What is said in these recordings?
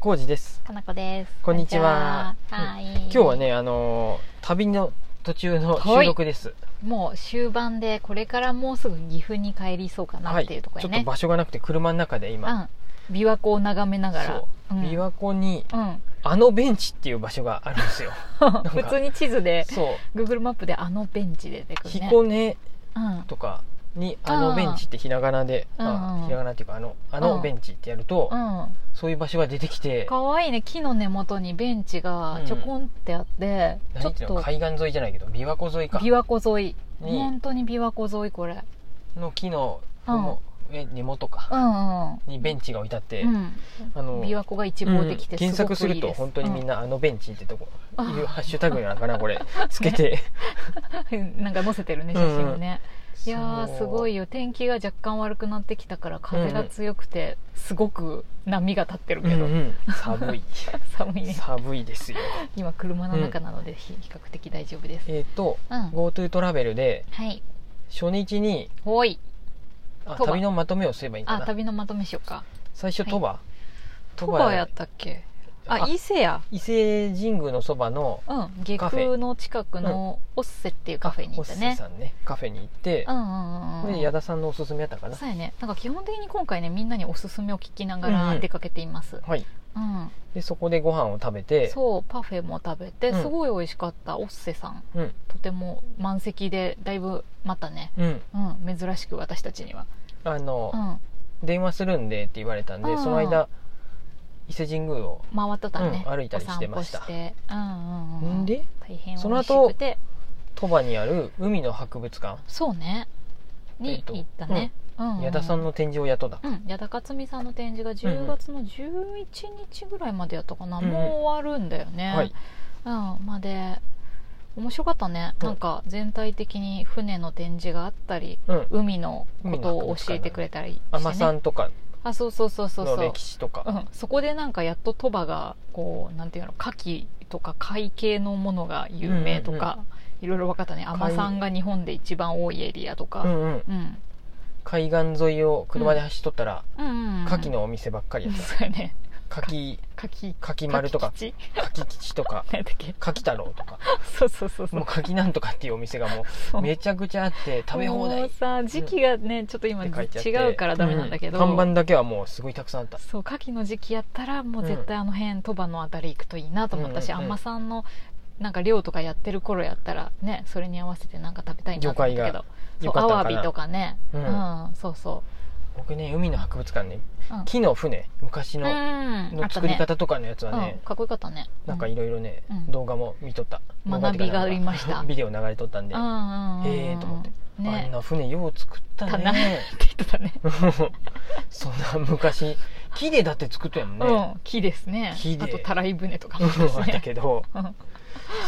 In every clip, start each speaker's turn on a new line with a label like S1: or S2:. S1: 浩二です。
S2: かなこです。
S1: こんにちは
S2: こんにちは。はい。今
S1: 今日は。ね、あのー旅の途中の収録です。
S2: もう終盤で、これからもうすぐ岐阜に帰りそうかなっていうところ
S1: ちょ
S2: や
S1: っと
S2: ね。
S1: 場所がなくて車の中で今、
S2: うん。琵琶湖を眺めながら
S1: そ。う
S2: うん
S1: 琵琶湖に
S2: うん。
S1: あのベンチっていう場所があるんです よ。か
S2: 普通に地図で、
S1: そ
S2: Google マップであのベンチで出て
S1: う、
S2: くるね。
S1: 彦根
S2: うん。
S1: とかにあのベンチってひらがなで、
S2: うん
S1: あ
S2: うん
S1: ひらがなっていうかあのあのベンチってやると、
S2: うん。
S1: そういう場所が出てきて、
S2: かわいいね。木の根元にベンチがちょこんってあって、ちょ
S1: 何
S2: っ
S1: ていうの
S2: と
S1: 海岸沿いじゃないけど琵琶湖沿いか
S2: 琵琶湖沿い。
S1: に
S2: 本当に琵琶湖沿い、これ。
S1: の木の
S2: うん
S1: ふもえ根元
S2: う
S1: か、
S2: んうん。
S1: にベンチが置いてあって、
S2: うん。
S1: あの
S2: 琵琶湖が一望でき
S1: う
S2: て
S1: ん
S2: すご
S1: 検索
S2: くいいです。
S1: すると本当にみんなあのベンチってとこ、
S2: うん
S1: いうハッシュタグなのかなこ れつけて、
S2: うん なんか載せてるね写真をね、いやーすごい
S1: よ
S2: よ天気が若干悪くなってきたから風が強くて、すごく波が立ってる
S1: うん
S2: けど、
S1: うん 寒い
S2: 寒いね
S1: 寒いですよ
S2: 今車の中なので比比較的大丈夫です、
S1: えっ、と
S2: うん
S1: GoTo トラベルで
S2: はい
S1: 初日に
S2: おい
S1: あ
S2: 鳥羽
S1: 旅のまとめをすればいいん
S2: あ
S1: だな
S2: 旅のまとめしようか
S1: 最初鳥羽
S2: 鳥羽やったっけあ
S1: あ
S2: 伊勢や
S1: 伊勢神宮のそばの
S2: うん下
S1: カフ
S2: 空
S1: ェ
S2: の近くのオッセっていうカフェに行った
S1: ホッセ
S2: ね
S1: さんねカフェに行って、
S2: うんうん
S1: こ
S2: うん
S1: れ
S2: う
S1: 矢
S2: ん
S1: 田さんのおすすめやったかな
S2: そうやねなんか基本的に今回ねみんなにおすすめを聞きなが
S1: うんう
S2: ら
S1: ん
S2: 出かけています、
S1: はい
S2: うん
S1: でそこでご飯を食べて
S2: そうパフェも食べて
S1: うん
S2: すごい美味しかった、オッセさん
S1: うん
S2: とても満席でだいぶまたね、
S1: うん
S2: うん、珍しく私たちには、
S1: あの、
S2: うん、
S1: 電話するんでって言われたんで、
S2: うん
S1: その間伊勢神宮を
S2: 回ってたね、
S1: うん歩いたりしてました
S2: お散歩して、うんうんうん、
S1: んで
S2: 大変
S1: そ
S2: 美
S1: の
S2: 味し
S1: 後
S2: くて
S1: 鳥羽にある海の博物館、
S2: そうね
S1: え
S2: に
S1: っと
S2: 行ったね、うんうん
S1: 矢田さんの展示を雇った、
S2: うん、矢田克美さんの展示が
S1: うんう
S2: 10
S1: ん
S2: 月の11日ぐらいまでやったかな、
S1: うんうん
S2: もう終わるんだよね、
S1: はい
S2: うん、まで面白かったね、
S1: うん
S2: なんか全体的に船の展示があったり
S1: うん
S2: 海のことを教えてくれたりして、ね、
S1: 海さんとか
S2: あそうそうそうそうそ
S1: の
S2: う
S1: 歴史とか
S2: うん、そこでなんかやっと鳥羽がこうなんていうの牡蠣とか貝系のものが有名とか、いろいろ分かったね海さんが日本で一番多いエリアと
S1: うん
S2: か、
S1: うん
S2: うん
S1: 海岸沿いを車で走っとったら、
S2: うんうんうん、
S1: 牡蠣のお店ばっかりやっ
S2: そうやね
S1: た牡蠣
S2: 牡蠣
S1: 牡蠣丸とか
S2: 牡蠣吉
S1: 牡蠣吉とか
S2: 何だっけ
S1: 牡蠣太郎とか
S2: そうそうそうそ
S1: もう
S2: う
S1: 牡蠣なんとかっていうお店がも
S2: そう
S1: うめちゃくちゃあって食べ放題
S2: も
S1: っ
S2: うさ時期がねちょっと今
S1: て書いてあって
S2: 違うからダメなんだけど、
S1: う看板だけはもうすごいたくさんあった
S2: そう牡蠣の時期やったらもう絶対あの辺鳥羽のあたり行くといいなと思ったし、
S1: うんうんうん
S2: あんまさんのなんか漁とかやってる頃やったらねそれに合わせてなんか食べたいなと思ったけ
S1: 魚介が
S2: どそ
S1: よ
S2: う
S1: か
S2: ア
S1: った
S2: ワ
S1: か
S2: ビ
S1: な
S2: とかね、う
S1: うんん
S2: そうそ
S1: 僕ね海の博物館ね
S2: う、うん、
S1: 木の船昔の、
S2: うんあ
S1: の
S2: った
S1: 作り
S2: ね
S1: 方とかのやつはね
S2: うん、かっこよかったね
S1: なんかいろいろね、
S2: うん
S1: 動画も見とった動
S2: 学び
S1: 画っていうか
S2: がありました
S1: ビデオ流れとったんで、
S2: うん
S1: あ
S2: うんうんうん
S1: へーと思ってん
S2: ね
S1: な船よう作った
S2: だな
S1: ね
S2: って言ってたね
S1: そんな昔木でだって作ったやもんね、
S2: うん木ですね
S1: 木で
S2: あとたらい船とかもです
S1: あった
S2: ね
S1: けど
S2: うん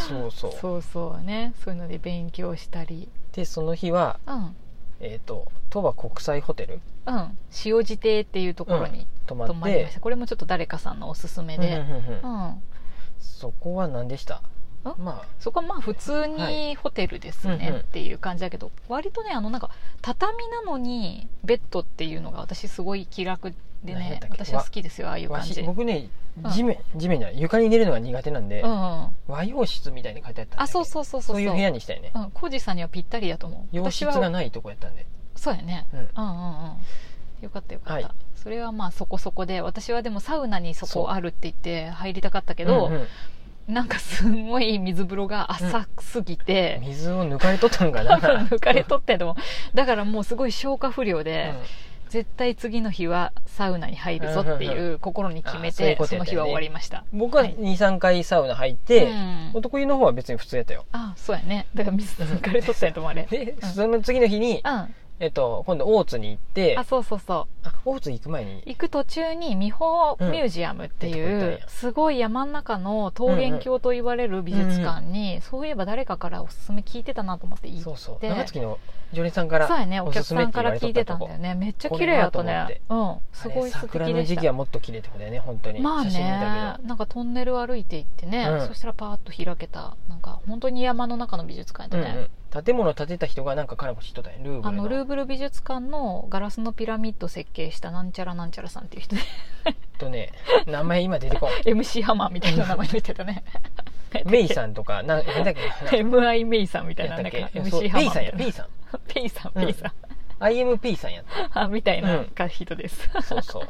S1: そうそう
S2: そうそうねそういうので勉強したり
S1: でその日は
S2: うん
S1: えっ、と鳥羽国際ホテル
S2: うん塩地亭っていうところに
S1: 泊ま
S2: 泊
S1: っ
S2: まりましてたこれもちょっと誰かさんのおすすめ
S1: う
S2: で、
S1: んうんうんう
S2: うんん
S1: そこは何でした
S2: ん
S1: まあ
S2: そこはまあ普通
S1: は
S2: に
S1: い
S2: ホテルですね、
S1: うんうん
S2: っていう感じだけど割とねあのなんか畳なのにベッドっていうのが私すごい気楽で
S1: 何やっ
S2: ね
S1: たっけ
S2: 私は好きですよああいう
S1: 和
S2: 感
S1: 室
S2: じ、うんうん、
S1: 僕ね
S2: うん
S1: 地面、地面じゃない床に寝るのが苦手なんで、
S2: あ
S1: 和洋室みたいに書いてあったんだよね
S2: そうそうそうそ
S1: そ
S2: う
S1: ういう部屋にしたいね
S2: うん、浩二さんにはぴったりだと思う
S1: 洋室
S2: 私
S1: が
S2: は
S1: ないとこやったんで
S2: そうやね
S1: うん
S2: うんうんうんよかったよかった、
S1: はい
S2: それはまあそこそこで私はでもサウナにそこあるって言って入りたかったけど、
S1: うんうん
S2: なんかすんごい水風呂が浅すぎて、
S1: 水を抜かれとったんかな
S2: 多 分抜かれとってんのだからもうすごい消化不良で、絶対次の日はサウナに入るぞっていう心に決め
S1: あそうい
S2: て
S1: う
S2: そ
S1: ことや
S2: の
S1: ったよね
S2: 日は終わりました
S1: うん僕は
S2: はい
S1: 23回サウナ入っ
S2: う
S1: て、
S2: ん
S1: 男湯の方は別に普通やったよ
S2: あそうやねだから水抜かれとったんやと思あれうん
S1: でその次の日に、えっと、今度大津に行って
S2: あそうそうそう
S1: あ大津行く前に
S2: 行く途中に美保ミュージアムってい
S1: うん
S2: う、すごい山の中の桃源郷と言われる美術館に、そういえば誰かからおすすめ聞いてたなと思って行っ
S1: そうそう
S2: で
S1: 長月の常連さんから
S2: そうやねお
S1: おす
S2: 客
S1: す
S2: さ
S1: めっ
S2: ん
S1: て
S2: か
S1: 言われ
S2: ら聞
S1: と
S2: い
S1: ってた
S2: た
S1: とこ
S2: んだよねめっちゃ綺麗やったねうんすごい素
S1: あ
S2: 敵
S1: れ
S2: でし
S1: 桜の時期
S2: た
S1: はもっと綺麗ってことだよね本当に、
S2: まあ
S1: 写真見た
S2: ね
S1: け
S2: なんかトンネルを歩いていってね、
S1: うん
S2: そしたらパーッと開けたなんか本当に山の中の美術館
S1: ど、
S2: やったね、
S1: うんうん建物建てた人がなんか金子知っとったよルーブル
S2: あのルー
S1: ブ
S2: ブル美 術館のガラスのピラミッド設計したなんちゃらなんちゃらさんっていう人で
S1: とね名前今出てこ ん
S2: MC ハマーみたいな名前の人いたね
S1: メイさんとかなんなんだっけ
S2: MI メイさんみたい
S1: や
S2: な
S1: っ
S2: な
S1: た
S2: ん
S1: っ
S2: か
S1: け
S2: MC ハ
S1: ペイ
S2: マ
S1: さんや
S2: ーみ
S1: ペイさん
S2: たいなペイさん
S1: うん
S2: ペイさん
S1: IMP さんやっ
S2: あみたいな人です
S1: たそうそう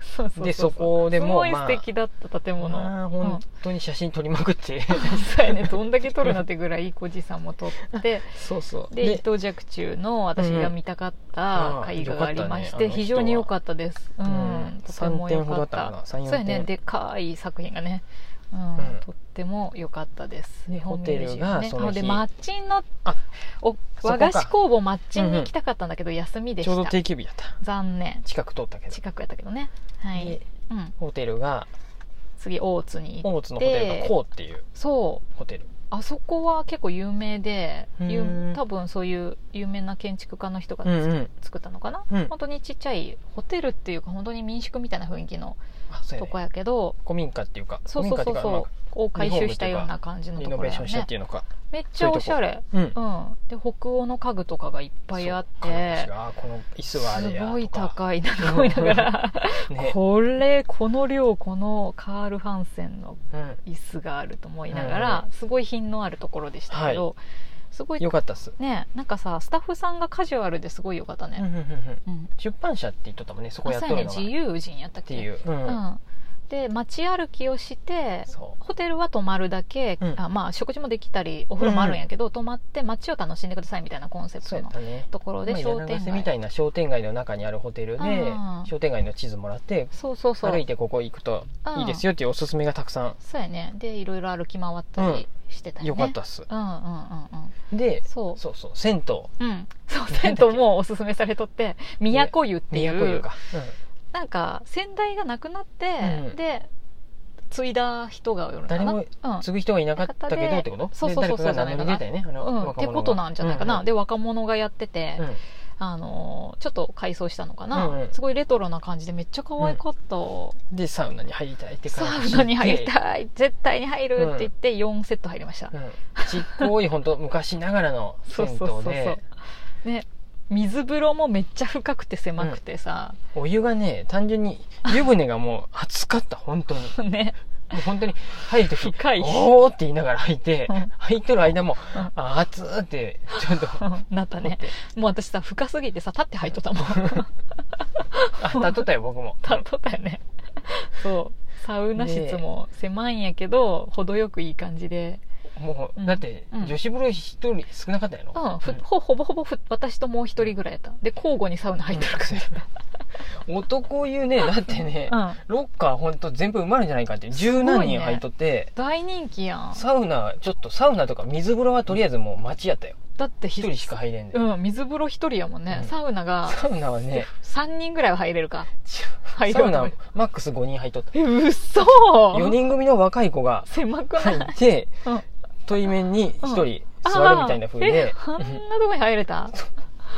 S2: そうそうそう
S1: でそこですも
S2: ごい
S1: まあ
S2: 素敵だった建物
S1: あー
S2: うん
S1: 本当に写真撮りまくって
S2: そうやねどんだけ撮るなってぐらいいい小じさんも撮 って
S1: そうそう
S2: で伊藤若冲の私が見たかった
S1: うん
S2: 絵画がありまし
S1: ああよかったねあの人
S2: て、
S1: は
S2: 非常に良かったです、うん
S1: うん
S2: とても
S1: 3点
S2: 良かっ
S1: ほどあったたかな3 4点
S2: そうやねでかい作品がね、うん
S1: うん
S2: とっても良かったです
S1: で
S2: 本宮寺
S1: ホテルがその日
S2: あでマッチンの
S1: あ
S2: お
S1: そこか
S2: 和菓子工房マッチンに行きたかったんだけど、休みで
S1: ちょうど
S2: した
S1: 定休日だった
S2: 残念
S1: 近く通ったけど
S2: 近くやったけどねはい
S1: で、
S2: うん、
S1: ホテルが
S2: 次大津に行
S1: 大
S2: っ
S1: 津
S2: て
S1: のホテルがこうっていう
S2: そう
S1: ホテル
S2: あそこは結構有名で、有
S1: うん
S2: 多分そういう有名な建築家の人がつ
S1: うんうん
S2: 作ったのかな、
S1: うん
S2: 本当にちっちゃいホテルっていうか本当に民宿みたいな雰囲気の
S1: あそうや
S2: とこ
S1: ね
S2: やけど、
S1: 古民家っていうか
S2: そうそうそ
S1: 古民
S2: う
S1: 家ってい
S2: そう
S1: か
S2: うを改修したような感じ
S1: ま
S2: の
S1: あ
S2: と
S1: リ
S2: こ
S1: ノ
S2: ろ
S1: ベー
S2: や
S1: ションしてっ
S2: ね
S1: ていうのか
S2: めっちゃおしゃれ
S1: うんいっ
S2: うんで北欧の家具とかがいっぱいあって
S1: あこの椅子
S2: す
S1: はあれやとか
S2: ごい高いなと思いながら、
S1: ね
S2: これこの量このカール・ハンセンの
S1: うん
S2: 椅子があると思いな
S1: う
S2: が
S1: ん
S2: ら
S1: う、
S2: すごい品のあるところでしたけど、すごい
S1: よかったっす
S2: ねなんかさスタッフさんがカジュアルですごいよかった
S1: うんう
S2: ね、
S1: んうんうん
S2: うん
S1: 出版社って言っとったもんねそこやっ
S2: 朝
S1: と
S2: や
S1: る
S2: ね
S1: のが
S2: 自
S1: っ
S2: 由人やったっけ
S1: ていうう
S2: うんん、で街歩きをして
S1: そう
S2: ホテルは泊まるだけ、
S1: うん
S2: あまあ食事もできたりお風呂もあるんやけど、泊まって街を楽しんでくださいみたいなコンセプ
S1: そう
S2: ト
S1: やっ
S2: の
S1: たね
S2: ところで
S1: まあ
S2: 商
S1: 柳ヶ
S2: 店
S1: 瀬
S2: 街、
S1: みたいな商店街の中にあるホテルで
S2: うん
S1: 商店街の地図もらって
S2: そうそうそう
S1: 歩いてここ行くと
S2: うん
S1: いいですよっていうおすすめがたくさ
S2: そうやねでいろいろ歩き回ったりしてたよ
S1: ん
S2: ね、
S1: よかったっす
S2: うんうんうんうん
S1: で
S2: そう
S1: そうそう銭湯
S2: うん、そう銭湯もおすすめされ とって都湯ってい
S1: 都
S2: う
S1: 湯か
S2: なんか先代が亡くなって、
S1: うん
S2: で継いだ人がおるのかな
S1: 誰も
S2: うん
S1: 継ぐ人がいなかったけどってこと
S2: そう
S1: で
S2: そう
S1: 誰
S2: そ
S1: か
S2: うそう
S1: が名乗り出たよねあの
S2: うん、っ
S1: 若
S2: て
S1: 者が
S2: ことなんじゃないかな、
S1: うん
S2: で若者がやってて、
S1: うん
S2: あのーちょっと改装したのかな、
S1: うんうん
S2: すごいレトロな感じでめっちゃ可愛かった、
S1: でサウナに入りたいって
S2: サ
S1: 感じ
S2: ウナに入りたい絶対に入るって言って4セット入りました、
S1: うんちっこい本当昔ながらの
S2: そう
S1: 銭
S2: そう
S1: 湯
S2: そうそう
S1: で
S2: ね水風呂もめっちゃ深くて狭くてさ、
S1: お湯がね単純に湯船がもう熱かった本当に
S2: ね
S1: もう本当に入る時
S2: 深い
S1: おーって言いながら入って
S2: うん
S1: 入っとる間も
S2: うん
S1: あー熱ーってちょっと
S2: なったねもう私さ深すぎてさ立って入っとったもん
S1: あ立っとったよ僕も
S2: 立っとったよねそうサウナ室も狭いんやけど、程よくいい感じで
S1: も
S2: うん
S1: うだって
S2: うん
S1: 女子風呂一人少なかったやろ
S2: うん、ふほほぼほぼふ私ともう一人ぐらいやったで交互にサウナ入ってるくせ
S1: 男湯ねだってね
S2: うん
S1: ロッカー本当全部埋まるんじゃないかっていう十何人入っとって
S2: 大人気やん
S1: サウナちょっとサウナとか水風呂はとりあえずもう街やったよ
S2: だって
S1: 一
S2: 一
S1: 人しか入れんで
S2: うん水風呂一人やもんね、
S1: うん
S2: サウナが
S1: サウナはね
S2: 3人ぐらいは入れるか入
S1: サ
S2: ろ
S1: ウ
S2: うと思
S1: ナ
S2: って
S1: マックス5人入っとった
S2: えうっそ
S1: 4人組の若い子が
S2: 狭くない、
S1: 入って
S2: うん
S1: 対面に一人
S2: あ
S1: 座るみたいな風で
S2: え あんなとこに入れた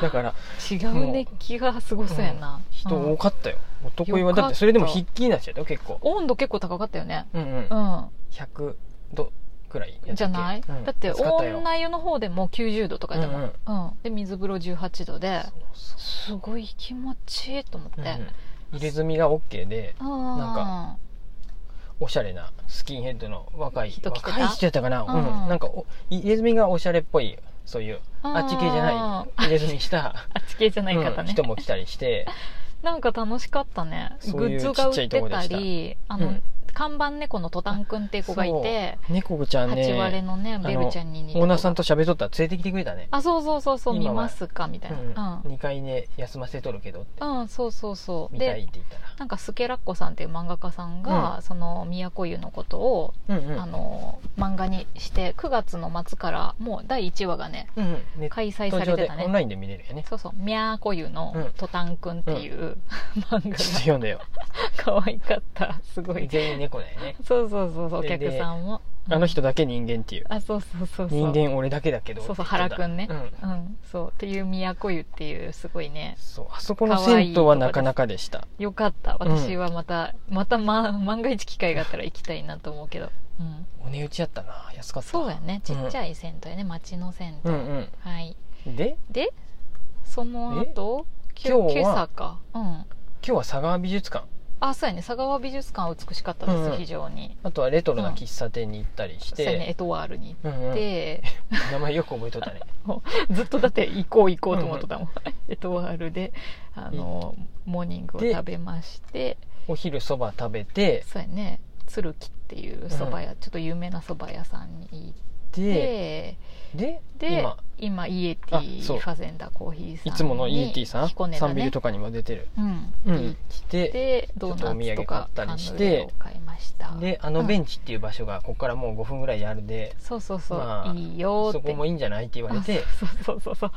S1: だから
S2: 違う熱気がすごそうやな、
S1: 人
S2: うん
S1: 多かったよ男湯は
S2: よかった
S1: だってそれでも筆記なしやよ結構
S2: 温度結構高かったよね
S1: うんうん
S2: うん
S1: 100度くらいやったっけ
S2: じゃない、
S1: うん
S2: だって
S1: 暑かたよ
S2: 女湯の方でも90度とかやったもん、
S1: うん
S2: うんで水風呂18度で
S1: そうそ
S2: すごい気持ちいいと思って、
S1: ううんうん入れ墨が OK で
S2: なんか
S1: おしゃれなスキンヘッドの若い
S2: 人着てた
S1: 若い人やったかな、うん
S2: うん
S1: なんかお入れ墨がおしゃれっぽいそう いうあっち系じゃない入れ墨した、
S2: あっち系じゃない方
S1: うん
S2: ね、
S1: 人も来たり して
S2: なんか楽しかったね
S1: そういう
S2: グッズが売って
S1: ちっちゃ
S2: た
S1: いとこ
S2: りあの、
S1: うん
S2: 看板猫のトタンくんっていう子がいて
S1: 猫ちゃん
S2: 八割
S1: ね
S2: のねベルちゃんに似て
S1: オーナーさんと喋っとったら連れてきてくれたね、
S2: あそうそうそうそう見
S1: 今は
S2: ますかみたいな
S1: うん、2階で休ませとるけどって
S2: うん、うん、そうそうそう
S1: 見たいっ
S2: で
S1: て言ったら
S2: なんかスケラッコさんっていう漫画家さんが、その都湯のことを、
S1: うんうん
S2: あの漫画にして9月の末からもう第1話がね
S1: うんうんネッ
S2: 開催
S1: ト
S2: さ
S1: 上
S2: れて
S1: で
S2: た
S1: オン
S2: ね
S1: ラインで見れる よね
S2: そうそう「みゃーこ湯のトタンくん」っていう、漫
S1: ちょ
S2: 画
S1: っと
S2: が
S1: 読んだよ
S2: 可愛かったすごい
S1: 全員猫だよね
S2: そうそうそうそう
S1: そ
S2: お
S1: れで
S2: 客さんも
S1: あの人だけ人間っていう
S2: あそうそうそうそう
S1: 人間俺だけだけど
S2: そうそう
S1: って言ってた
S2: 原くんね
S1: うん
S2: うんそうっていう都湯っていうすごいね
S1: そうあそこの銭湯はなかなかでした
S2: よかった私はまた、また、ま、万が一機会があったら行きたいなと思うけど、うん、
S1: お値打ちやったな安かった
S2: そうやねちっちゃい銭湯やね、町の銭湯、
S1: うん
S2: はい
S1: うんで
S2: でその後きゅ
S1: 今日は
S2: 今朝かうん
S1: 今日は佐川美術館
S2: あそうやね佐川美術館は美しかったです、
S1: うんうん
S2: 非常に
S1: あとはレトロな喫茶店に行ったりし
S2: そうやねエ
S1: て、
S2: トワールに
S1: うん
S2: 行
S1: う
S2: っ
S1: ん
S2: て、
S1: 名前よく覚えと ったね
S2: ずっとだって行こう行こうと思ってたもん エトワールであのモーニングを
S1: で
S2: 食べまして
S1: お昼そば食べて
S2: そうやね鶴木っていうそば屋、ちょっと有名なそば屋さんに行っ
S1: で
S2: て
S1: で
S2: で今
S1: 今
S2: イエテ
S1: あそう
S2: ィファゼンダコーヒーさん
S1: い
S2: に
S1: つもの ET さん、
S2: 彦根だね
S1: サンビルとかにも出てる、
S2: うん、
S1: うん、来て
S2: でドーナツとか
S1: ちょっとお土産買ったりして
S2: カヌレを買いました
S1: であのベ
S2: ン
S1: ンチっていう場所がここからもう5分ぐらいあるんで、
S2: そうそうそう、
S1: まあ
S2: いいよって
S1: そこもいいんじゃないって言われて
S2: あそうそうそうそう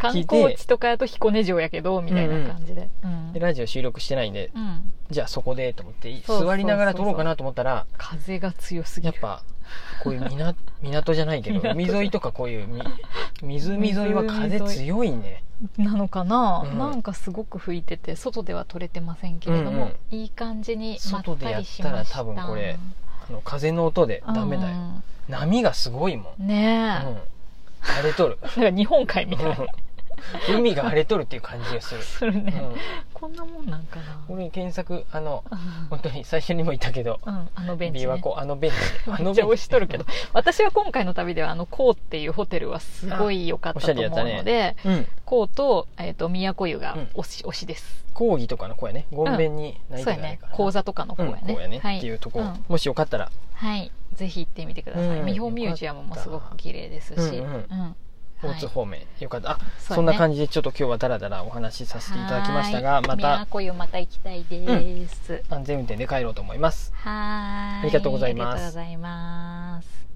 S2: 観
S1: 聞いて
S2: 光地とかやと彦根城やけどみたいな感じでうん
S1: でラジオ収録してないんで
S2: うん
S1: じゃあそこでと思って
S2: そうそう
S1: 座りながら撮ろうかなと思ったら
S2: 風が強すぎ
S1: やっ
S2: る
S1: ぱこういう 港港じゃないけど
S2: 港
S1: 海沿いとかこういうみ湖沿いは風強いね
S2: なのかな、
S1: うん
S2: なんかすごく吹いてて外では撮れてませんけれども、
S1: うん
S2: いい感じにま
S1: 外
S2: っ
S1: で
S2: た
S1: やっ
S2: りしたま
S1: ら
S2: した
S1: 多分これあの風の音でダメだよ、波がすごいもん、
S2: うんねえ、
S1: うん、荒れ とる
S2: なんか日本海みたいな
S1: うん海が荒れとるっていう感じがする、
S2: する
S1: う
S2: ね、
S1: ん、
S2: こんなもんなんかな、
S1: 俺検索あの
S2: う
S1: 本当に最初にも言ったけど
S2: ん、あのベンチ、ね、
S1: 琵琶湖あのベンチあ
S2: め
S1: の
S2: っち
S1: ベ
S2: ゃ
S1: ン
S2: 押
S1: チ
S2: しとるけど私は今回の旅ではあのコウっていうホテルはすごい良かったと思う
S1: あおしゃれやっ
S2: の
S1: た
S2: で
S1: うん
S2: コウと,、えー、と都湯が
S1: うん
S2: 推し,、推しです
S1: 講義とかの子やねごんべんに泣い
S2: そう
S1: て
S2: や
S1: ない
S2: ね
S1: からな、
S2: 講座とかの方やね,、
S1: うんこうやね
S2: はい
S1: っていうとこ、
S2: うん
S1: もしよかったら
S2: はい、ぜひ行ってみてください、
S1: うん
S2: 美穂ミュージアムもすごく綺麗ですし、
S1: うんうん
S2: うん
S1: 大津方面、よかったあ
S2: そうやね
S1: そんな感じでちょっと今日はダラダラお話しさせていただきましたがま
S2: はーい
S1: た
S2: 宮古湯また行きたいです、
S1: 安全運転で帰ろうと思います
S2: はーい
S1: ありがとうございます
S2: ありがとうございます